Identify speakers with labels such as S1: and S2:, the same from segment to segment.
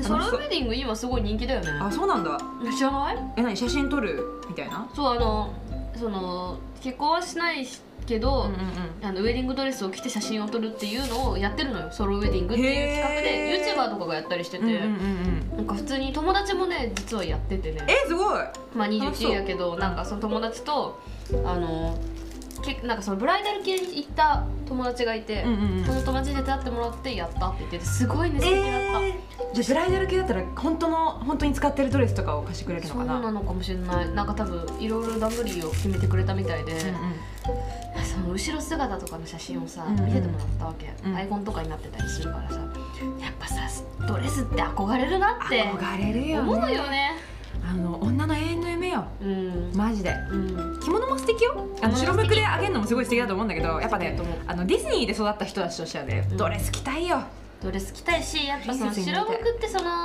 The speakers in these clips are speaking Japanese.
S1: サロンウェディング今すごい人気だよね
S2: あそうなんだ
S1: 知らない
S2: え何写真撮るみたいな
S1: そうあのその結婚はしないけど、
S2: うんうん
S1: あのウェディングドレスを着て写真を撮るっていうのをやってるのよソロウェディングっていう
S2: へー
S1: 企画で YouTuber とかがやったりしてて、
S2: うんうんうん
S1: なんか普通に友達もね実はやっててね
S2: えすごい
S1: まあ
S2: 楽しそ
S1: 29
S2: う
S1: やけどなんかその友達とあのけなんかそのブライダル系に行った友達がいて、
S2: うんうんうん
S1: その友達に手伝ってもらってやったって言っててすごいね素敵だった、
S2: えー、じゃあブライダル系だったら本当の本当に使ってるドレスとかを貸してくれるの
S1: そ
S2: か
S1: う
S2: な
S1: なのかもしれないなんか多分いろいろ段取りを決めてくれたみたいで、その後ろ姿とかの写真をさ、
S2: うんうん
S1: 見せてもらったわけ、
S2: うん
S1: アイコンとかになってたりするからさやっぱさドレスって憧れるなって
S2: うんうん、憧れるよ、ね、
S1: 思うよね
S2: あの女の永遠の夢よ
S1: うん、
S2: マジで
S1: うん、
S2: 着物も素敵よあの白無くであげるのもすごい素敵だと思うんだけどやっぱね
S1: そうだと思う
S2: あのディズニーで育った人たちとしてはね、
S1: うん
S2: ドレス着たいよ
S1: ドレス着たいしやっぱその
S2: プリンセスに
S1: 白
S2: なりたい
S1: 僕ってその、
S2: う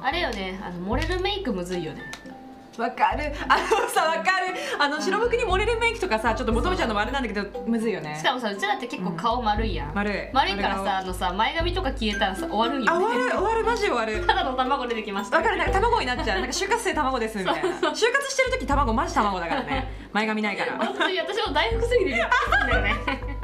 S2: ん
S1: あれよねあのモレルメイクむずいよね
S2: わかるあのさわかるあの白無くにモレルメイクとかさちょっと求めちゃうのもあれなんだけどむずいよね
S1: しかもさうちらって結構顔丸いやん、
S2: 丸い
S1: 丸いから
S2: 丸
S1: さあのさ前髪とか消えたらさ終わるん
S2: あ
S1: よ
S2: 終わ
S1: ね
S2: る終わるマジで終わる
S1: ただの卵出てきました
S2: わかるなんか卵になっちゃうなんか就活生卵ですみたいな就活してる時卵マジ卵だから ね前髪ないから
S1: 本当に私も大福すぎてびっくりしたんだよね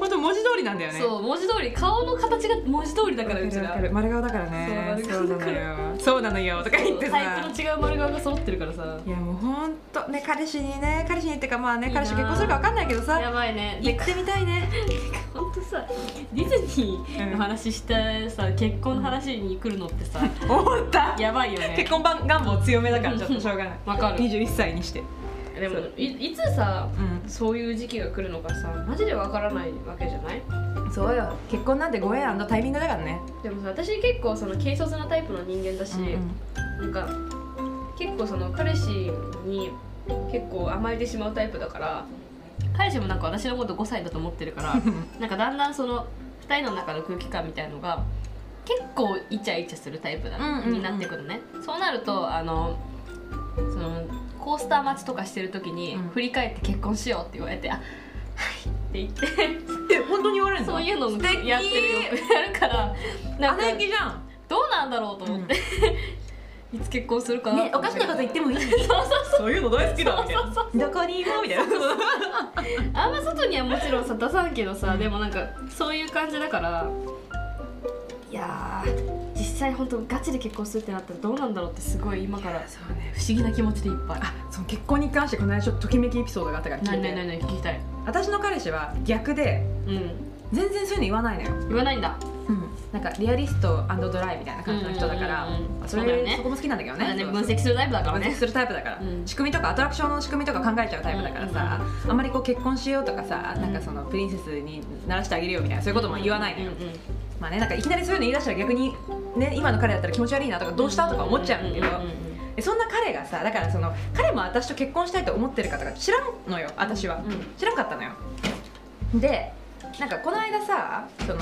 S2: 本当文字通りなんだよね
S1: そう文字通り顔の形が文字通りだからうち
S2: わ
S1: ら
S2: かる丸顔だからね
S1: そう丸顔だから
S2: よそうなのよとか言ってさ
S1: タイプの違う丸顔が揃ってるからさ
S2: いやもうほんとね彼氏にね彼氏にっていうかまあね
S1: いいな
S2: 彼氏結婚するか分かんないけどさ
S1: やばいねで
S2: 行ってみたいね
S1: 本当さディズニーの話してさ結婚の話に来るのってさ
S2: 思った
S1: やばいよね
S2: 結婚願望強めだからちょ っとしょうがない
S1: わかる
S2: 21歳にして
S1: でも
S2: そう
S1: いいつさ
S2: う
S1: そういう時期が来るのかさマジでわからないわけじゃない
S2: んそうよ結婚なんてご縁タイミングだからね
S1: でもさ私結構その軽率なタイプの人間だし、なんか結構その彼氏に結構甘えてしまうタイプだから彼氏もなんか私のこと5歳だと思ってるから なんかだんだんその2人の中の空気感みたいのが結構イチャイチャするタイプだ、
S2: うんうんうん
S1: になってくるねそうなるとあのそのコースター待ちとかしてる時に、
S2: うん
S1: 振り返って結婚しようって言われて「あはい」って言って
S2: え本当に言われるの
S1: そういうのを
S2: 素敵
S1: やってるよやるからなんか
S2: 穴行きじゃん
S1: どうなんだろうと思って、いつ結婚するかな
S2: ねおかしなこと言って
S1: も
S2: もいいそういうの大好きだみたいなどこにいもみたいな
S1: あんま外にはもちろんさ出さんけどさ、
S2: うん
S1: でもなんかそういう感じだからいやー実際本当ガチで結婚するってなったらどうなんだろうってすごい今から
S2: そうね
S1: 不思議な気持ちでいっぱい
S2: あその結婚に関してこの間ちょっとときめきエピソードがあったから聞
S1: 何
S2: い
S1: 何
S2: て
S1: 何聞きたい
S2: 私の彼氏は逆で
S1: うん
S2: 全然そういうの言わないのよ
S1: 言わないんだ
S2: なんかリアリストドライみたいな感じの人だから
S1: うんうんうん
S2: そ
S1: そうだよ
S2: れ
S1: ね
S2: そこも好きなんだけど
S1: だから
S2: ね
S1: ね
S2: そう
S1: 分析するタイプだから
S2: 分析
S1: ね
S2: するタイプだから、
S1: うん
S2: 仕組みとかアトラクションの仕組みとか考えちゃうタイプだからさ、あんまりこう結婚しようとかさ、
S1: うん
S2: なんかそのプリンセスにならしてあげるよみたいなそういうことも言わないのよ、
S1: うんうん
S2: まあねなんかいきなりそういうの言い出したら逆にね今の彼だったら気持ち悪いなとかどうしたとか思っちゃうんだけど、
S1: んん
S2: でそんな彼がさだからその彼も私と結婚したいと思ってるかとか知らんのよ私は、
S1: うん
S2: 知らんかったのよでなんかこの間さその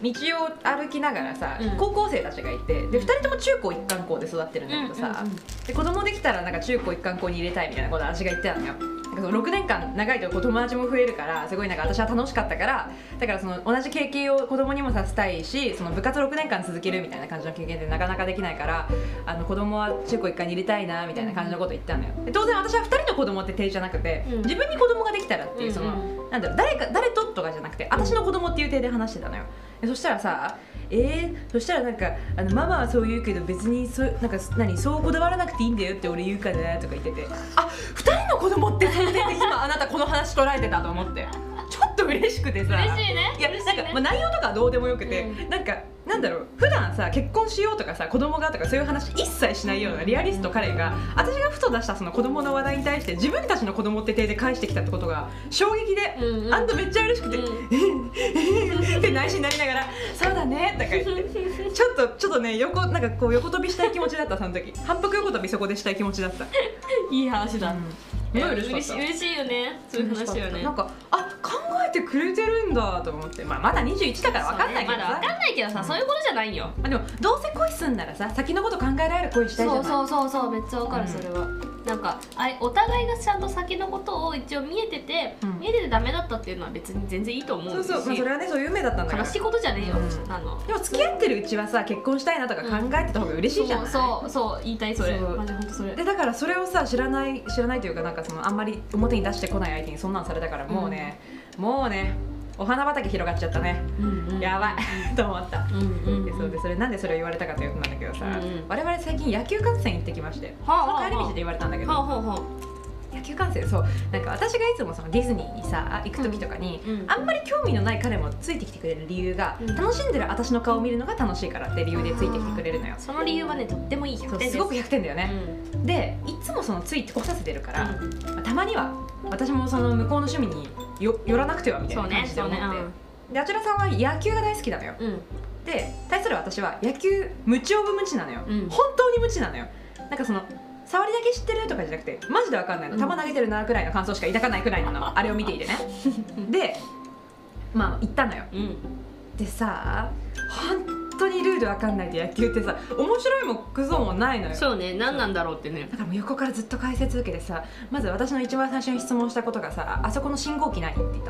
S2: 道を歩きながらさ、
S1: うん
S2: 高校生たちがいてで2人とも中高一貫校で育ってるんだけどさ、
S1: うんうん
S2: で子供できたらなんか中高一貫校に入れたいみたいなこと私が言ってたのよなんかその6年間長いとこう友達も増えるからすごいなんか私は楽しかったからだからその同じ経験を子供にもさせたいしその部活6年間続けるみたいな感じの経験でなかなかできないからあの子供は中高一貫に入れたいなみたいな感じのこと言ったのよで当然私は2人の子供って定義じゃなくて、
S1: うん
S2: 自分に子供ができたらっていうその、
S1: うん
S2: なんだろう誰か誰ととかじゃなくて私の子供っていう体で話してたのよでそしたらさえー、そしたらなんかあのママはそう言うけど別にそうなんか何そうこだわらなくていいんだよって俺言うからなとか言っててあ二2人の子供って全然今あなたこの話捉えてたと思ってちょっと嬉しくてさ
S1: 嬉しいね
S2: いや
S1: 嬉し
S2: なん
S1: い
S2: か
S1: ね、
S2: まあ、内容とかはどうでもよくて、
S1: う
S2: なんかなんだろう普段さ結婚しようとかさ子供がとかそういう話一切しないようなリアリスト彼が私がふと出したその子供の話題に対して自分たちの子供って手で返してきたってことが衝撃で、
S1: うんうん
S2: あんためっちゃ嬉しくて「
S1: うん
S2: って内心になりながら「そうだね」とか言って。ちょっとちょっとね横なんかこう横跳びしたい気持ちだったその時反復横跳びそこでしたい気持ちだった、
S1: いい話だ、
S2: うん、
S1: い
S2: すご
S1: や
S2: い嬉しかった
S1: 嬉しい嬉しいよねそういう話よね
S2: なんかあ考えてくれてるんだと思って、まあ、まだ21だから分かんないけど
S1: そうねまだ
S2: さ、
S1: 分かんないけどさ、そういうことじゃないよ
S2: あでもどうせ恋すんならさ先のこと考えられる恋したいじゃ
S1: そ
S2: ないう
S1: そうそうそうめっちゃわかる
S2: うん
S1: それは、なんかあれお互いがちゃんと先のことを一応見えてて、
S2: うん
S1: 見えててダメだったっていうのは別に全然いいと思
S2: そうう
S1: し
S2: そう、まあ、それはねそういう夢だったんだか
S1: 悲
S2: ら
S1: しいことじゃねえよ、
S2: うん
S1: あの
S2: でも付き合ってるうちはさ結婚したいなとか考えてた方が嬉しいじゃない、
S1: そうそうそう言いたいそれ
S2: そう
S1: マジ本当それ
S2: でだからそれをさ知らない知らないというかなんかそのあんまり表に出してこない相手にそんなんされたからもうね、もうねお花畑広がっちゃったね、
S1: うんうん
S2: やばい と思った、
S1: うんうん
S2: でそうでそれなんでそれを言われたかということなんだけどさ、
S1: うんうん
S2: 我々最近野球観戦行ってきまして、
S1: はあはあはあ
S2: その帰り道で言われたんだけど、
S1: はあはあはあ
S2: 野球観戦そうなんか私がいつもそのディズニーにさ行く時とかに、
S1: うん
S2: あんまり興味のない彼もついてきてくれる理由が、
S1: うん
S2: 楽しんでる私の顔を見るのが楽しいからって理由でついてきてくれるのよ
S1: その理由はねとってもいい
S2: そ
S1: 100点
S2: う
S1: です
S2: すごく
S1: ね、
S2: 100点だよね、でいつもそのついてこさせてるから、まあたまには私もその向こうの趣味によ寄らなくてはみたい
S1: そ
S2: な
S1: う
S2: 感
S1: ね
S2: じで
S1: そう
S2: 思っ
S1: ね
S2: て、であちらさんは野球が大好きなのよ
S1: うん
S2: で対する私は野球無知オブ無知なのよ、
S1: うん
S2: 本当に無知なのよなんかその触りだけ知ってるとかじゃなくてマジで分かんないの
S1: うん
S2: 球投げてるなくらいの感想しか抱かないくらいな のあれを見ていてねでまあ行ったのよ
S1: うん
S2: でさ本当にルール分かんないで野球ってさ面白いもクソもないのよ
S1: そうね何なんだろうってね
S2: だからもう横からずっと解説受けてさまず私の一番最初に質問したことがさ「ああそこの信号機何?」って言っ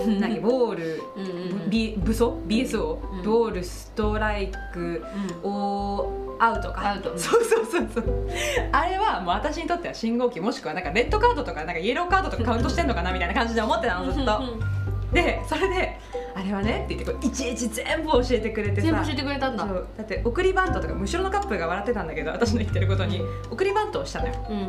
S2: たの
S1: うん
S2: 何ボール、
S1: うんうん
S2: ビ武装 BSO、
S1: うん
S2: ボールストライクおアウトか
S1: アウト
S2: そうそうそうそうあれはもう私にとっては信号機もしくはなんかレッドカードとかなんかイエローカードとかカウントしてんのかなみたいな感じで思ってたのずっとでそれで「あれはね」って言ってこういちいち全部教えてくれてさ
S1: 全部教えてくれたんだ
S2: そうだって送りバントとか後ろのカップルが笑ってたんだけど私の言ってることに送りバントをしたのよ
S1: うん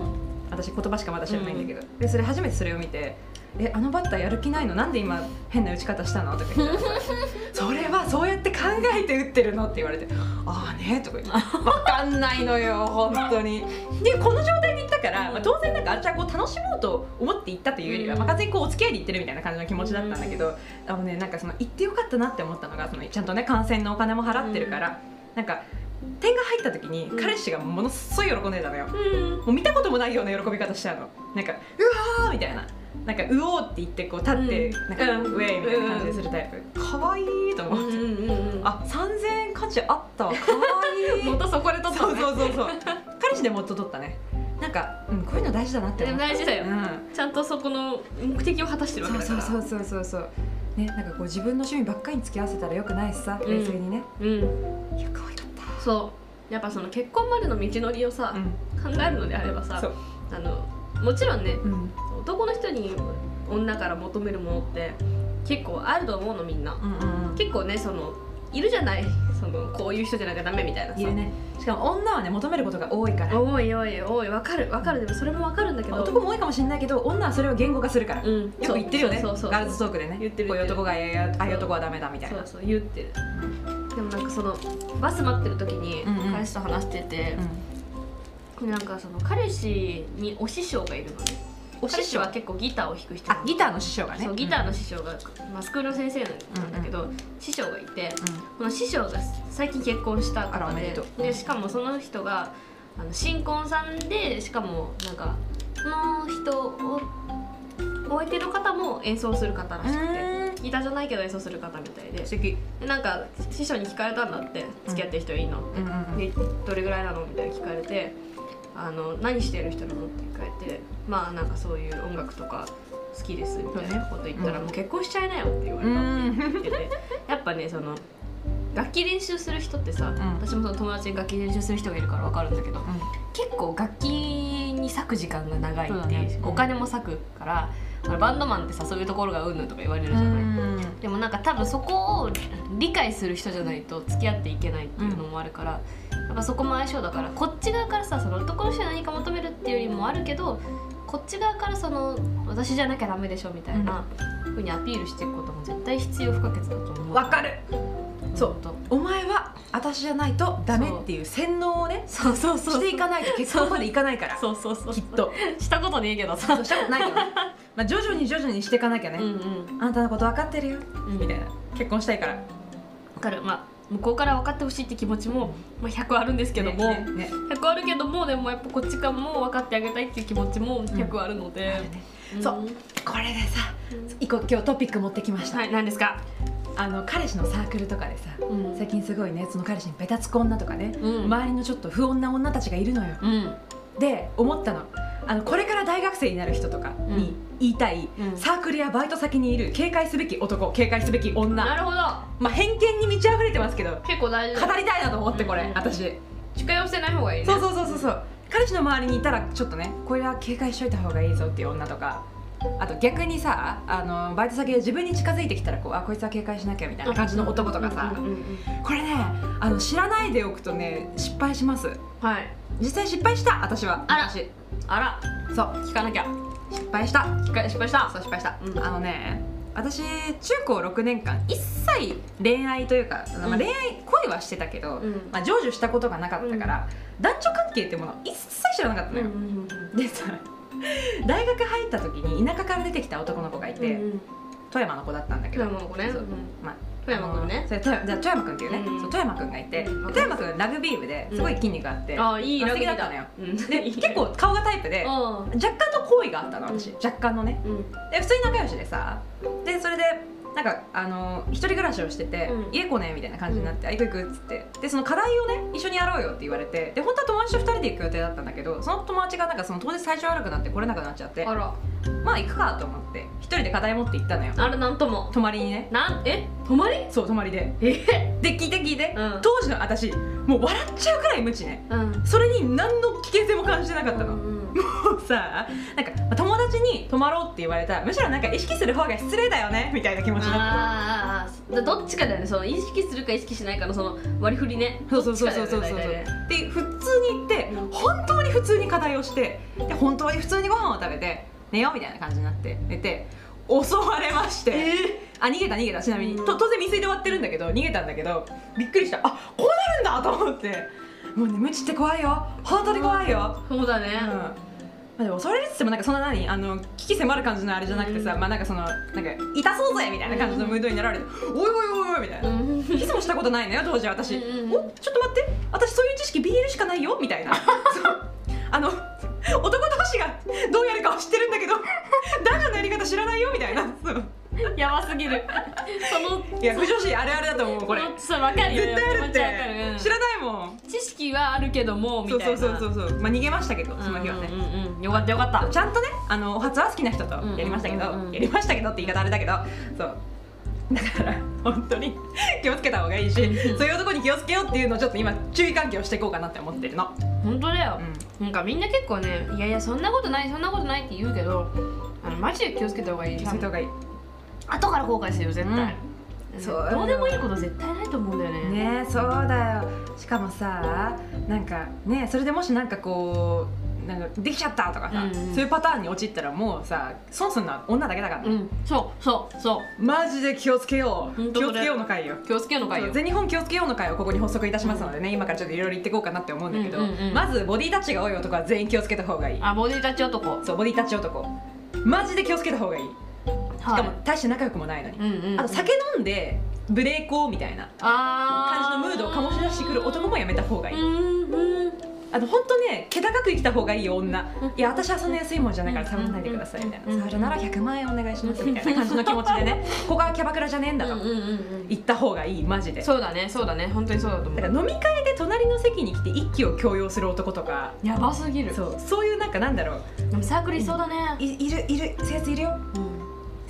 S2: 私言葉しかまだ知らないんだけど、でそれ初めてそれを見て「えあのバッターやる気ないのなんで今変な打ち方したの?」とか言 って「それはそうやって考えて打ってるの?」って言われて「ああね」とか言って 「分かんないのよ本当に」でこの状態で行ったから、まあ、当然なんかあっちはこう楽しもうと思って行ったというより
S1: う
S2: は、
S1: ん
S2: まあ、完全にこうお付き合いで行ってるみたいな感じの気持ちだったんだけど、あのねなんかその行ってよかったなって思ったのがそのちゃんとね観戦のお金も払ってるから、なんか点が入った時に彼氏がものすごい喜んでたのよ。
S1: うん
S2: もう見たこともないような喜び方しちゃうのなんか「うわー!」みたいななんか「うおー!」って言ってこう立っ
S1: う
S2: て、
S1: ん
S2: なんか「
S1: うん
S2: ウェイ!」みたいな感じでするタイプ可愛、いいと
S1: う
S2: 思って、
S1: んうんうん
S2: あ三3000円価値あったわ可愛いい
S1: 元そこで取った
S2: そ
S1: の
S2: う
S1: ね
S2: そうそうそう彼氏でもっと取ったねなんか、うん、こういうの大事だなって
S1: で
S2: 思っ
S1: も
S2: た
S1: 大事だよ
S2: うん
S1: ちゃんとそこの目的を果たしてるわ
S2: そ
S1: け
S2: う
S1: だか
S2: そう
S1: ら
S2: そうそうそうそうねなんかこう自分の趣味ばっかりに付き合わせたらよくないしさ
S1: うん
S2: 冷静にね、
S1: うん
S2: いや可愛かった
S1: そうやっぱその結婚までの道のりをさ
S2: うん
S1: 考えるのであれば
S2: そ
S1: さ
S2: う
S1: あのもちろんね
S2: うん
S1: 男の人に女から求めるものって結構あると思うのみんな
S2: うんうんうん
S1: 結構ねそのいるじゃないそのこういう人じゃなきゃダメみたいなさ
S2: いるねしかも女はね求めることが多いから
S1: おいおいおいわかるわかるでもそれもわかるんだけど
S2: 男も多いかもしれないけど女はそれを言語化するから、
S1: うん
S2: よく言ってるよね
S1: そうそうそう
S2: ガールズトークでね
S1: 言ってる
S2: こういう男がああいうああい
S1: そ
S2: う
S1: う
S2: 男はダメだみたい
S1: そ
S2: な
S1: うそう言ってるでもなんかそのバス待ってる時に
S2: うんうん
S1: 彼氏と話してて、なんかその彼氏にお師匠がいるのね
S2: お
S1: 彼
S2: 師
S1: 氏
S2: 匠
S1: は結構ギターを弾く人な
S2: あ
S1: の
S2: ギターの師匠がね
S1: そうギターの師匠が、まあ、スクールの先生なんだけど、師匠がいて
S2: うん
S1: この師匠が最近結婚した
S2: あらお
S1: 方
S2: めで
S1: で
S2: とう
S1: でしかもその人があの新婚さんでしかもなんかその人をお相手の方も演奏する方らしくて
S2: うん
S1: ギターじゃないけど演奏する方みたいで
S2: 素敵
S1: でなんか師匠に聞かれたんだって付き合ってる人いいのって、
S2: うんうんうん
S1: でどれぐらいなのみたいな聞かれてあの何してる人なのって聞かれてまあなんかそういう音楽とか好きですみたいなこと言ったら、
S2: うん
S1: もう結婚しちゃいなよって言わ
S2: う
S1: れたの。
S2: ん
S1: っててやっぱねその楽器練習する人ってさ、
S2: ん
S1: 私もその友達に楽器練習する人がいるから分かるんだけど結構楽器に割く時間が長い
S2: そうだ
S1: っていうし
S2: ね
S1: お金も割くから、あのバンドマンってさそういうところがうんぬんとか言われる
S2: う
S1: じゃない、
S2: ん
S1: でもなんか多分そこを理解する人じゃないと付き合っていけないっていうのもあるから、やっぱそこも相性だからこっち側からさその男の人に何か求めるっていうよりもあるけどこっち側からその私じゃなきゃダメでしょみたいな風にアピールしていくことも絶対必要不可欠だと思う
S2: わかるそう
S1: 本
S2: お前は私じゃないとダメっていう洗脳をね
S1: そうそうそう
S2: していかないと結婚までいかないから
S1: そうそうそう
S2: きっと
S1: したことねえけど
S2: そ
S1: さ
S2: うしたことないけどねまあ徐々に徐々にしていかなきゃね、
S1: うんうん
S2: あなたのこと分かってるよみたいな結婚したいから
S1: わかるまあ向こうから分かってほしいって気持ちも、まあ、100あるんですけども、
S2: ねねね
S1: 100あるけどもでもやっぱこっちからも分かってあげたいっていう気持ちも100あるので、
S2: うんそうこれでさ一個今日トピック持ってきました、
S1: はい何ですか、
S2: あの彼氏のサークルとかでさ
S1: うん
S2: 最近すごいねその彼氏にベタつく女とかね、
S1: うん
S2: 周りのちょっと不穏な女たちがいるのよ
S1: うん
S2: で思ったのあのこれから大学生になる人とか
S1: う
S2: に言いたい、
S1: うん
S2: サークルやバイト先にいる警戒すべき男警戒すべき
S1: な
S2: 女、
S1: るほど
S2: まあ、偏見に満ち溢れてますけど語
S1: 結構大事だ
S2: りたいなと思ってこれ、
S1: うん
S2: 私
S1: 近寄せない方がいいね
S2: そうそうそうそうそう彼氏の周りにいたらちょっとねこれは警戒しといた方がいいぞっていう女とかあと逆にさあのバイト先で自分に近づいてきたらこうあこいつは警戒しなきゃみたいな感じの男とかさ、
S1: うんうんうんうん
S2: これねあの知らないでおくとね失敗します
S1: はい
S2: 実際失敗した私は
S1: あら
S2: 私
S1: あら
S2: そう
S1: 聞かなきゃ
S2: 失敗した
S1: 聞か失敗した
S2: そう失敗した、
S1: うん
S2: あのね私中高6年間一切恋愛というか、まあ
S1: うん
S2: 恋愛恋はしてたけど、
S1: うん
S2: まあ、成就したことがなかったから、男女関係ってものを一切知らなかった
S1: うんう
S2: のよ、
S1: ん
S2: でさ大学入った時に田舎から出てきた男の子がい
S1: うんう
S2: て、
S1: ん
S2: 富山の子だったんだけ
S1: 富
S2: ど
S1: 山の子ね
S2: そう
S1: うん
S2: まあ
S1: 富山くん
S2: あの
S1: ね
S2: それ富山じゃあ富山くんっていうね、
S1: うん
S2: そう富山くんがいて、
S1: うん
S2: 富山くんラグビー部ですごい筋肉があって、
S1: ああいい
S2: まあ
S1: ラグビー
S2: 素敵だったのよ
S1: うん
S2: で結構顔がタイプで
S1: う
S2: 若干の好意があったの私
S1: うん
S2: 若干のね
S1: ん うん
S2: で普通に仲良しでさでそれでなんかあの一人暮らしをしてて「
S1: うん
S2: 家来ね」みたいな感じになって「あ行く行く」っつってでその課題をね一緒にやろうよって言われてで本当は友達と2人で行く予定だったんだけどその友達がなんかその当日最初悪くなって来れなくなっちゃって
S1: あら
S2: まあ行くかと思って一人で課題持って行ったのよ
S1: あらなんとも
S2: 泊まりにね
S1: なんえ泊まり
S2: そう泊まりで
S1: え
S2: で聞いて聞いて、
S1: うん
S2: 当時の私もう笑っちゃうくらい無知ね
S1: うん
S2: それに何の危険性も感じてなかったの、
S1: うん
S2: もうさなんかまあ友達に泊まろうって言われたらむしろなんか意識する方が失礼だよねみたいな気持ちになっ
S1: あーあーあーだどっちかだよねその意識するか意識しないかのその割り振りね
S2: たそうそうそうそうそうそう
S1: どっちかだよね
S2: で普通に行って
S1: うん
S2: 本当に普通に課題をしてで本当に普通にご飯を食べて寝ようみたいな感じになって寝て襲われまして、あ逃げた逃げたちなみに、
S1: うん
S2: と当然未遂で終わってるんだけど逃げたんだけどびっくりしたあこうなるんだと思ってもうね無知って怖いよ本当に怖いよ、
S1: そうだ
S2: うん
S1: ね
S2: まあ、でも恐れるつってもなんかそんな何あの危機迫る感じのあれじゃなくてさ、
S1: うん
S2: まあなんかそのなんか痛そうぜみたいな感じのムードになられて、おいおいおいおいみたいな、
S1: うん
S2: いつもしたことないのよ当時私、
S1: うんうんうん
S2: おちょっと待って私そういう知識 BL しかないよみた いなそうあの男同士がどうやるかは知ってるんだけど 男女のやり方知らないよみたいなそう
S1: やばすぎるその
S2: いや不女子あるあるだと思うこれ
S1: そのそうわかるよ
S2: 絶対あるっ
S1: 気持ち
S2: て
S1: わかるうん
S2: 知らないもん
S1: 知識はあるけどもみ
S2: そう
S1: たい
S2: そう
S1: な
S2: そうそうそうまあ逃げましたけどその日はね、
S1: うんうんうんよかったよかった
S2: ちゃんとねあのお初は好きな人と
S1: うんうんうんうん
S2: やりましたけど、やりましたけどって言い方あれだけどそうだから本当に気をつけた方がいいし、
S1: うんうん
S2: そういう男に気をつけようっていうのをちょっと今注意喚起をしていこうかなって思ってるの、
S1: 本当だよ
S2: うん、
S1: なんかみんな結構ねいやいやそんなことないそんなことないって言うけどあのマジで気をつけた方がいい
S2: 気をつけた方がいい
S1: 後から後悔するよ絶対、
S2: うんそう
S1: そうどうでもいいこと絶対ないと思うんだよね
S2: ねそうだよしかもさなんかねそれでもしなんかこうなんかできちゃったとかさ、
S1: うんうん
S2: そういうパターンに陥ったらもうさ損すんのは女だけだからね、
S1: うんそうそうそ
S2: マジで気をつけよ
S1: ほ
S2: うん
S1: と
S2: 気
S1: そ
S2: を
S1: れ
S2: つけようの会よ
S1: う気をつけるのかい
S2: そう
S1: よ
S2: 全日本気をつけようの会をここに発足いたしますのでね、今からちょっといろいろ言っていこうかなって思うんだけど、
S1: うんうんうん
S2: まずボディタッチが多い男は全員気をつけた方がいい
S1: あボディタッチ男
S2: そうボディタッチ男マジで気をつけた方がいいし
S1: は
S2: か
S1: い
S2: も大して仲良くもないのに、
S1: うんうんうん
S2: あと酒飲んでブレイクをみたいな
S1: あ
S2: 感じのムードを醸し出してくる男もやめた方がいい、
S1: うんうん
S2: あの本当ね気高く生きた方がいいよ女、
S1: うん
S2: いや私はそんな安いもんじゃないから触らないでくださいみたいな、触るなら100万円お願いしますみたいな感じの気持ちでね ここはキャバクラじゃねえんだと、
S1: うんうんうん
S2: 言った方がいいマジで
S1: そうだねそうだね本当にそうだと思
S2: だか
S1: う
S2: ら飲み会で隣の席に来て一気を強要する男とか
S1: やばすぎる
S2: そうそういうなんかなんだろう
S1: でもサークルいそうだね
S2: いいるいる生徒いるよ
S1: う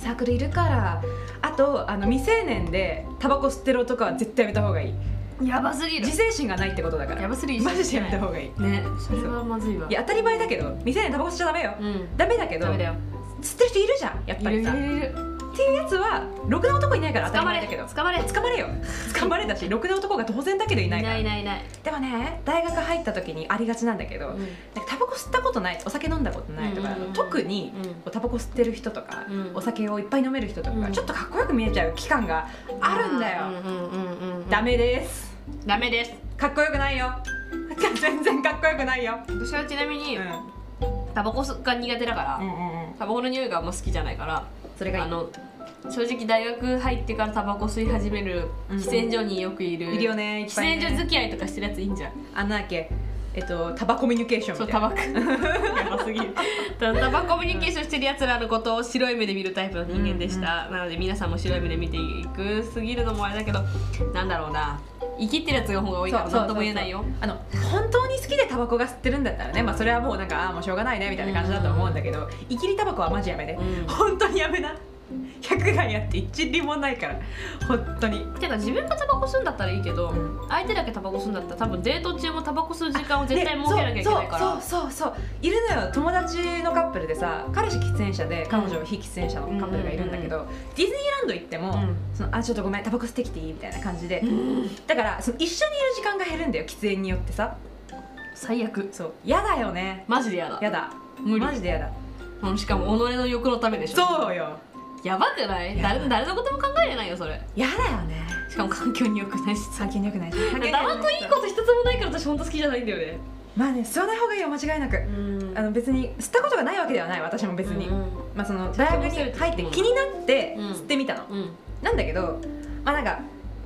S1: ん
S2: サークルいるからあとあの未成年でタバコ吸ってる男は絶対やめた方がいい
S1: やばすぎる
S2: 自制心がないってことだか
S1: や
S2: ら
S1: ばすぎる
S2: マジでやめた方がいい
S1: ねそれはまずいわ
S2: いや当たり前だけど未成年タバコ吸っちゃダメよ
S1: うん
S2: ダメだけど
S1: ダメだよ
S2: 吸ってる人いるじゃんやっぱりさ
S1: いるいるいる
S2: っていうやつはろくな男いないから当た
S1: 捕
S2: り
S1: ま
S2: 前
S1: れ
S2: だけど
S1: 捕まれ
S2: 捕ま れよ捕まれだしろくな男が当然だけどい
S1: い
S2: ないから
S1: いないいない
S2: でもね大学入った時にありがちなんだけど、なんかタバコ吸ったことないお酒飲んだことないとかだ
S1: う
S2: と、
S1: んうんうん
S2: 特に
S1: うん
S2: こうタバコ吸ってる人とか、
S1: うん
S2: お酒をいっぱい飲める人とか、
S1: うん
S2: ちょっとかっこよく見えちゃう期間があるんだよ、
S1: うんうんうんうんうん
S2: ダメです
S1: ダメです
S2: かっこよくないよ全然かっこよくないよ、
S1: 私はちなみ
S2: う
S1: に
S2: んうん
S1: タバコが苦手だから、
S2: うんうん、
S1: タバコの匂いがあんま好きじゃないから
S2: それがいい
S1: あの正直大学入ってからタバコ吸い始める
S2: うん
S1: 喫煙所によくいる、
S2: いるよねいっ
S1: 喫
S2: ぱい、
S1: 煙所
S2: ね、
S1: 付き合いとかしてるやついいんじゃん
S2: あんなんだっけえっとタバコミュニケーション
S1: そう
S2: みた
S1: タ
S2: いな
S1: バ コやばすぎるタバコミュニケーションしてるやつらのことを白い目で見るタイプの人間でした、なので皆さんも白い目で見ていくすぎるのもあれだけどなんだろうな生きってるやつの方が多いから
S2: そうそうそうそ
S1: 何と
S2: う
S1: も言えないよ
S2: あの本当に好きでタバコが吸ってるんだったらね、まあ、それはもうなんかああもうしょうがないねみたいな感じだと思うんだけどいきりタバコはマジやめて
S1: うん
S2: 本当にやめな100がやって一厘もないから本当に
S1: てか自分がタバコ吸うんだったらいいけど、
S2: う
S1: 相手だけタバコ吸うんだったら多分デート中もタバコ吸う時間を絶対設けなきゃいけないから
S2: ねそうそうそうそういるのよ友達のカップルでさ彼氏喫煙者で彼女非喫煙者のカップルがいるんだけど、ディズニーランド行っても、そのあちょっとごめんタバコ吸ってきていいみたいな感じで、
S1: うん
S2: だからその一緒にいる時間が減るんだよ喫煙によってさ
S1: 最悪
S2: そうやだよね
S1: マジでやだ
S2: やだ
S1: 無理
S2: マジでやだ
S1: うんしかも己の欲のためでしょ
S2: そうよ
S1: やばくない
S2: やばい
S1: 誰誰のことも考えれないよそれ
S2: やだよね
S1: しかも環境に良くないしさ
S2: 最近良くないし
S1: タバコいいこと一つもないから私本当好きじゃないんだよね
S2: まあね吸わない方がいいよ間違いなく
S1: うん
S2: あの別に吸ったことがないわけではない私も別に、まあその
S1: ちゃんと
S2: 大学に入って気になって
S1: うん
S2: 吸ってみたの、
S1: うん、うん
S2: なんだけどまあなんか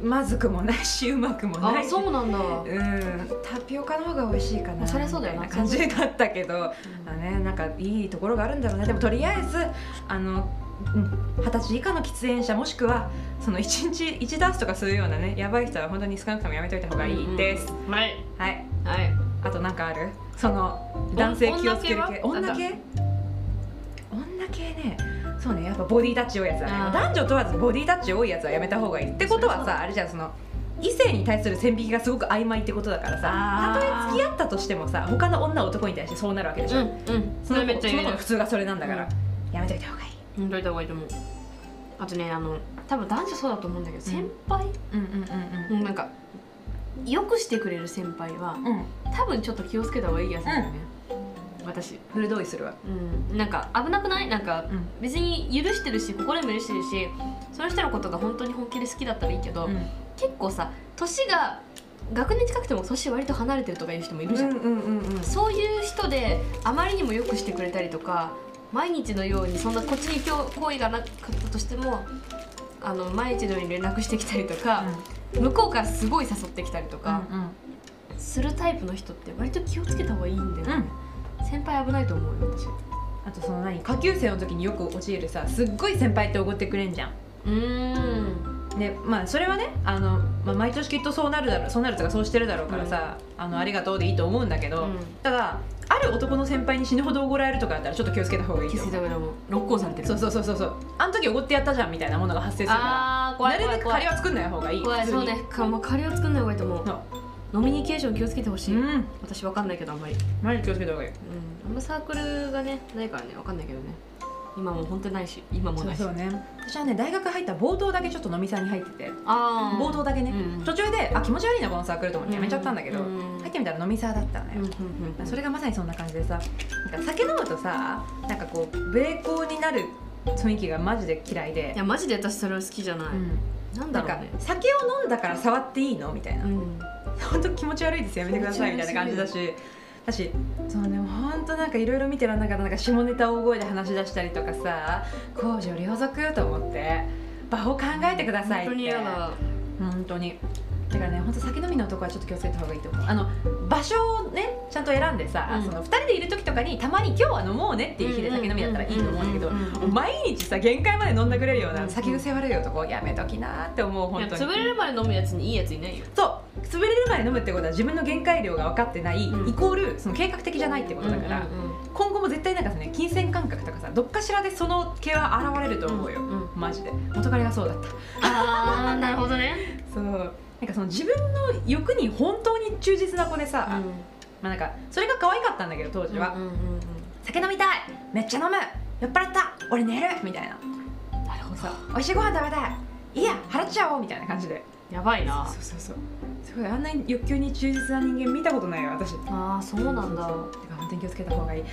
S2: まずくもないしうまくもな
S1: あ
S2: いし
S1: そうなんだ、うん
S2: うんタピオカの方が美味しいか
S1: ま
S2: な
S1: あそりゃそうだよな
S2: みたい感じだったけどまあねなんかいいところがあるんだろうねでもとりあえずあのうん二十歳以下の喫煙者もしくはその1日1ダースとかするようなねやばい人は本当に少なくともやめといた方がいいです、
S1: うんはい
S2: はい
S1: はい
S2: あとなんかあるその男性気をつける系
S1: 女系は
S2: 女系女系ねそうねやっぱボディタッチ多いやつだね
S1: あー
S2: 男女問わずボディタッチ多いやつはやめた方がいいってことは
S1: そりゃ
S2: さあれじゃんその異性に対する線引きがすごく曖昧ってことだからさ
S1: あ
S2: た
S1: ー
S2: とえ付き合ったとしてもさ他の女男に対してそうなるわけでし
S1: う
S2: ょ、
S1: んうんそ
S2: そ
S1: れ
S2: の子
S1: めっちゃ
S2: そ
S1: 言
S2: の子
S1: え
S2: の
S1: る
S2: 普通がそれなんだから、やめといた方がいい
S1: うんどいた方がいいと思うあとねあの多分男女そうだと思うんだけど先輩、
S2: うんうん
S1: うん、なんかよくしてくれる先輩は
S2: うんうん
S1: 多分ちょっと気をつけた方がいいやつなんだよね、私、
S2: フル同意するわ
S1: うん、なんか危なくないなんか
S2: うん
S1: 別に許してるし心も許してるしその人のことが本当に本気で好きだったらいいけど、
S2: うん
S1: 結構さ年が学年近くても年割と離れてるとかいう人もいるじゃん、
S2: うんうんうん
S1: そういう人であまりにもよくしてくれたりとか毎日のようにそんなこっちに今日好意がなかったとしてもあの毎日のように連絡してきたりとか、向こうからすごい誘ってきたりとか、
S2: うん
S1: するタイプの人って割と気をつけた方がいいんだよね、先輩危ないと思うよ私
S2: あとその何下級生の時によく陥るさすっごい先輩っておごってくれんじゃん
S1: うーん
S2: ねまあそれはねあの、まあ、毎年きっとそうなるだろうそうなるとかそうしてるだろうからさ、あのありがとうでいいと思うんだけど、
S1: うん
S2: ただある男の先輩に死ぬほどおごられるとかだったらちょっと気をつけた方がいい
S1: 気
S2: よ
S1: づいたからもう六甲されてる
S2: そうそうそうそうそうあの時おごってやったじゃんみたいなものが発生するか
S1: あー
S2: ら
S1: 怖い
S2: な
S1: 怖
S2: る
S1: い
S2: べく
S1: 怖
S2: 借
S1: い
S2: りは作んない方がいい
S1: 怖いそうねかもう借りを作んない方がいいと思う
S2: そ
S1: 飲みニケーション気をつけてほし
S2: う
S1: い、
S2: うん
S1: 私わかんないけどあんまり、うん、
S2: マジ気をつけた方がいい
S1: あんまサークルがねないからねわかんないけどね今もう本当にないし今も
S2: そ
S1: な
S2: う
S1: いし
S2: そうね私はね大学入った冒頭だけちょっと飲みさんに入ってて
S1: ああ
S2: 冒頭だけね、
S1: うん
S2: 途中であ気持ち悪いなこのサークルと思ってやめちゃったんだけど、入ってみたら飲みサーだったのよ、
S1: うんうんうん
S2: それがまさにそんな感じでさなんか酒飲むとさなんかこう米高になる雰囲気がマジで嫌いで
S1: いやマジで私それは好きじゃない、
S2: うん
S1: なんだ
S2: なん
S1: ろう
S2: か
S1: ね
S2: 酒を飲んだから触っていいのみたいな、
S1: うん
S2: 本当気持ち悪いですやめてくださいみたいな感じだしだしそうね本当なんかいろいろ見てらんなかったなんか下ネタ大声で話し出したりとかさ公序良俗と思って場を考えてください
S1: 本当
S2: って
S1: に嫌だ
S2: 本当にだからね本当酒飲みの男はちょっと気をつけた方がいいと思うあの場所をねちゃんと選んでさ、
S1: うん
S2: その2人でいる時とかにたまに今日は飲もうねっていう日で酒飲みだったらいいと思うんだけど
S1: うんうんうんうんうん
S2: 毎日さ限界まで飲んだくれるよう
S1: う
S2: なん酒癖悪い男やめときなって思う
S1: い
S2: 本
S1: や
S2: 当に
S1: 潰れるまで飲むやつにいいやついないよ
S2: そう潰れるまで飲むってことは自分の限界量が分かってない、
S1: うん
S2: イコールその計画的じゃないってことだから、
S1: うんうんうん
S2: 今後も絶対なんかさね金銭感覚とかさどっかしらでその系は現れると思うよ、
S1: うんうん
S2: マジで元彼がそうだった
S1: ああなるほどね、
S2: そうなんかその自分の欲に本当に忠実な子でさ、
S1: うん
S2: まあなんかそれが可愛かったんだけど当時は、
S1: うんうんうん
S2: 酒飲みたいめっちゃ飲む酔っ払った俺寝るみたいな
S1: うんなるほ
S2: そう
S1: ど
S2: 美味しいご飯食べたいいいや払っちゃおうみたいな感じで
S1: やばいな
S2: そうそうそうすごいあんなに欲求に忠実な人間見たことないよ私だか
S1: ああそうなんだ
S2: ら本当に気をつけた方がいい